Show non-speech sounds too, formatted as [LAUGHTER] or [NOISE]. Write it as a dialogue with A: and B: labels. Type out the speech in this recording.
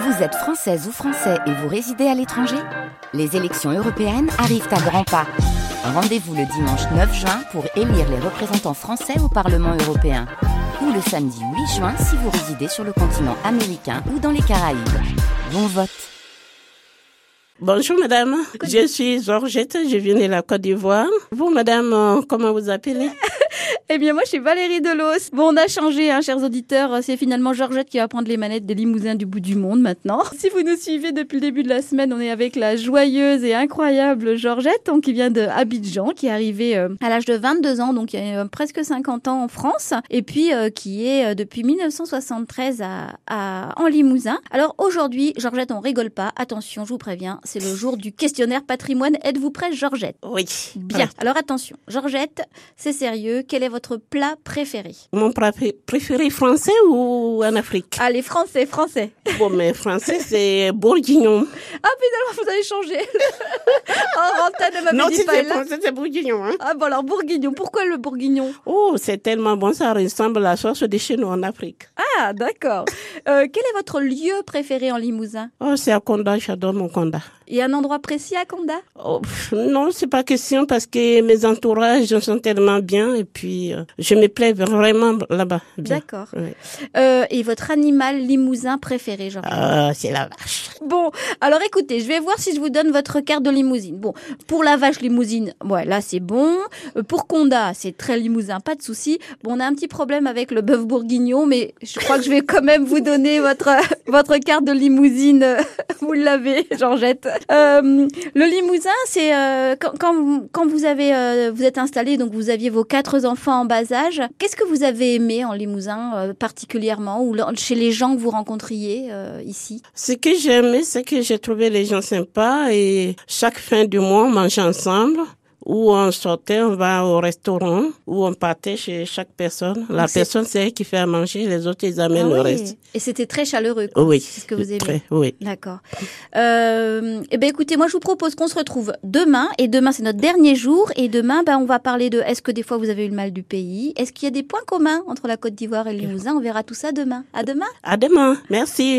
A: Vous êtes française ou français et vous résidez à l'étranger Les élections européennes arrivent à grands pas. Rendez-vous le dimanche 9 juin pour élire les représentants français au Parlement européen. Ou le samedi 8 juin si vous résidez sur le continent américain ou dans les Caraïbes. Bon vote
B: Bonjour madame, je suis Georgette, je viens de la Côte d'Ivoire. Vous madame, euh, comment vous appelez
C: Eh bien, moi, je suis Valérie Delos. Bon, on a changé, hein, chers auditeurs. C'est finalement Georgette qui va prendre les manettes des limousins du bout du monde maintenant. [LAUGHS] Si vous nous suivez depuis le début de la semaine, on est avec la joyeuse et incroyable Georgette, donc, qui vient de Abidjan, qui est arrivée euh, à l'âge de 22 ans, donc il y a euh, presque 50 ans en France, et puis euh, qui est euh, depuis 1973 à, à- en Limousin. Alors aujourd'hui, Georgette, on rigole pas. Attention, je vous préviens, c'est le jour du questionnaire patrimoine. Êtes-vous prête, Georgette
B: Oui.
C: Bien. Alors attention, Georgette, c'est sérieux. Quel est votre plat préféré
B: Mon plat pré- préféré français ou en Afrique
C: Allez, français, français.
B: Bon, mais français, c'est
C: [LAUGHS]
B: bourguignon.
C: Ah, finalement, vous avez changé. [LAUGHS] oh, Ranta ne
B: Non,
C: m'avait
B: si
C: dit pas
B: c'est
C: là.
B: français, c'est bourguignon. Hein.
C: Ah, bon, alors, bourguignon. Pourquoi le bourguignon
B: Oh, c'est tellement bon, ça ressemble à la sauce de chez nous en Afrique.
C: Ah, d'accord. Euh, quel est votre lieu préféré en Limousin
B: Oh, c'est à Conda, j'adore mon Conda.
C: Il y a un endroit précis à Conda
B: Oh, pff, non, c'est pas question parce que mes entourages sont tellement bien et puis euh, je me plais vraiment là-bas. bien.
C: D'accord.
B: Ouais.
C: Euh, et votre animal limousin préféré, genre
B: Ah, c'est la vache.
C: [LAUGHS] Bon, alors écoutez, je vais voir si je vous donne votre carte de limousine. Bon, pour la vache limousine, ouais, là c'est bon. Euh, Pour Conda, c'est très limousin, pas de souci. Bon, on a un petit problème avec le bœuf bourguignon, mais je crois que je vais quand même vous donner votre [LAUGHS] votre carte de limousine. [LAUGHS] Vous l'avez, Georgette. Euh, le limousin, c'est euh, quand, quand vous- quand vous avez euh, vous êtes installé, donc vous aviez vos quatre enfants en bas âge. Qu'est-ce que vous avez aimé en limousin euh, particulièrement ou le- chez les gens que vous rencontriez euh, ici
B: Ce que j'aimais, c'est que j'ai trouvé les gens sympas et chaque fin du mois, on mangeait ensemble. Ou on sortait, on va au restaurant, ou on partait chez chaque personne. La
C: Donc c'est-
B: personne, c'est elle qui fait à manger, les autres, ils amènent
C: Ah
B: le
C: oui.
B: reste.
C: Et c'était très chaleureux. quoi.
B: Oui.
C: C'est ce que vous aimez.
B: Très, oui.
C: D'accord. Euh, eh ben écoutez, moi je vous propose qu'on se retrouve demain. Et demain c'est notre dernier jour. Et demain, ben, on va parler de est-ce que des fois vous avez eu le mal du pays Est-ce qu'il y a des points communs entre la Côte d'Ivoire et le Limousin On verra tout ça demain. À demain.
B: À demain. Merci.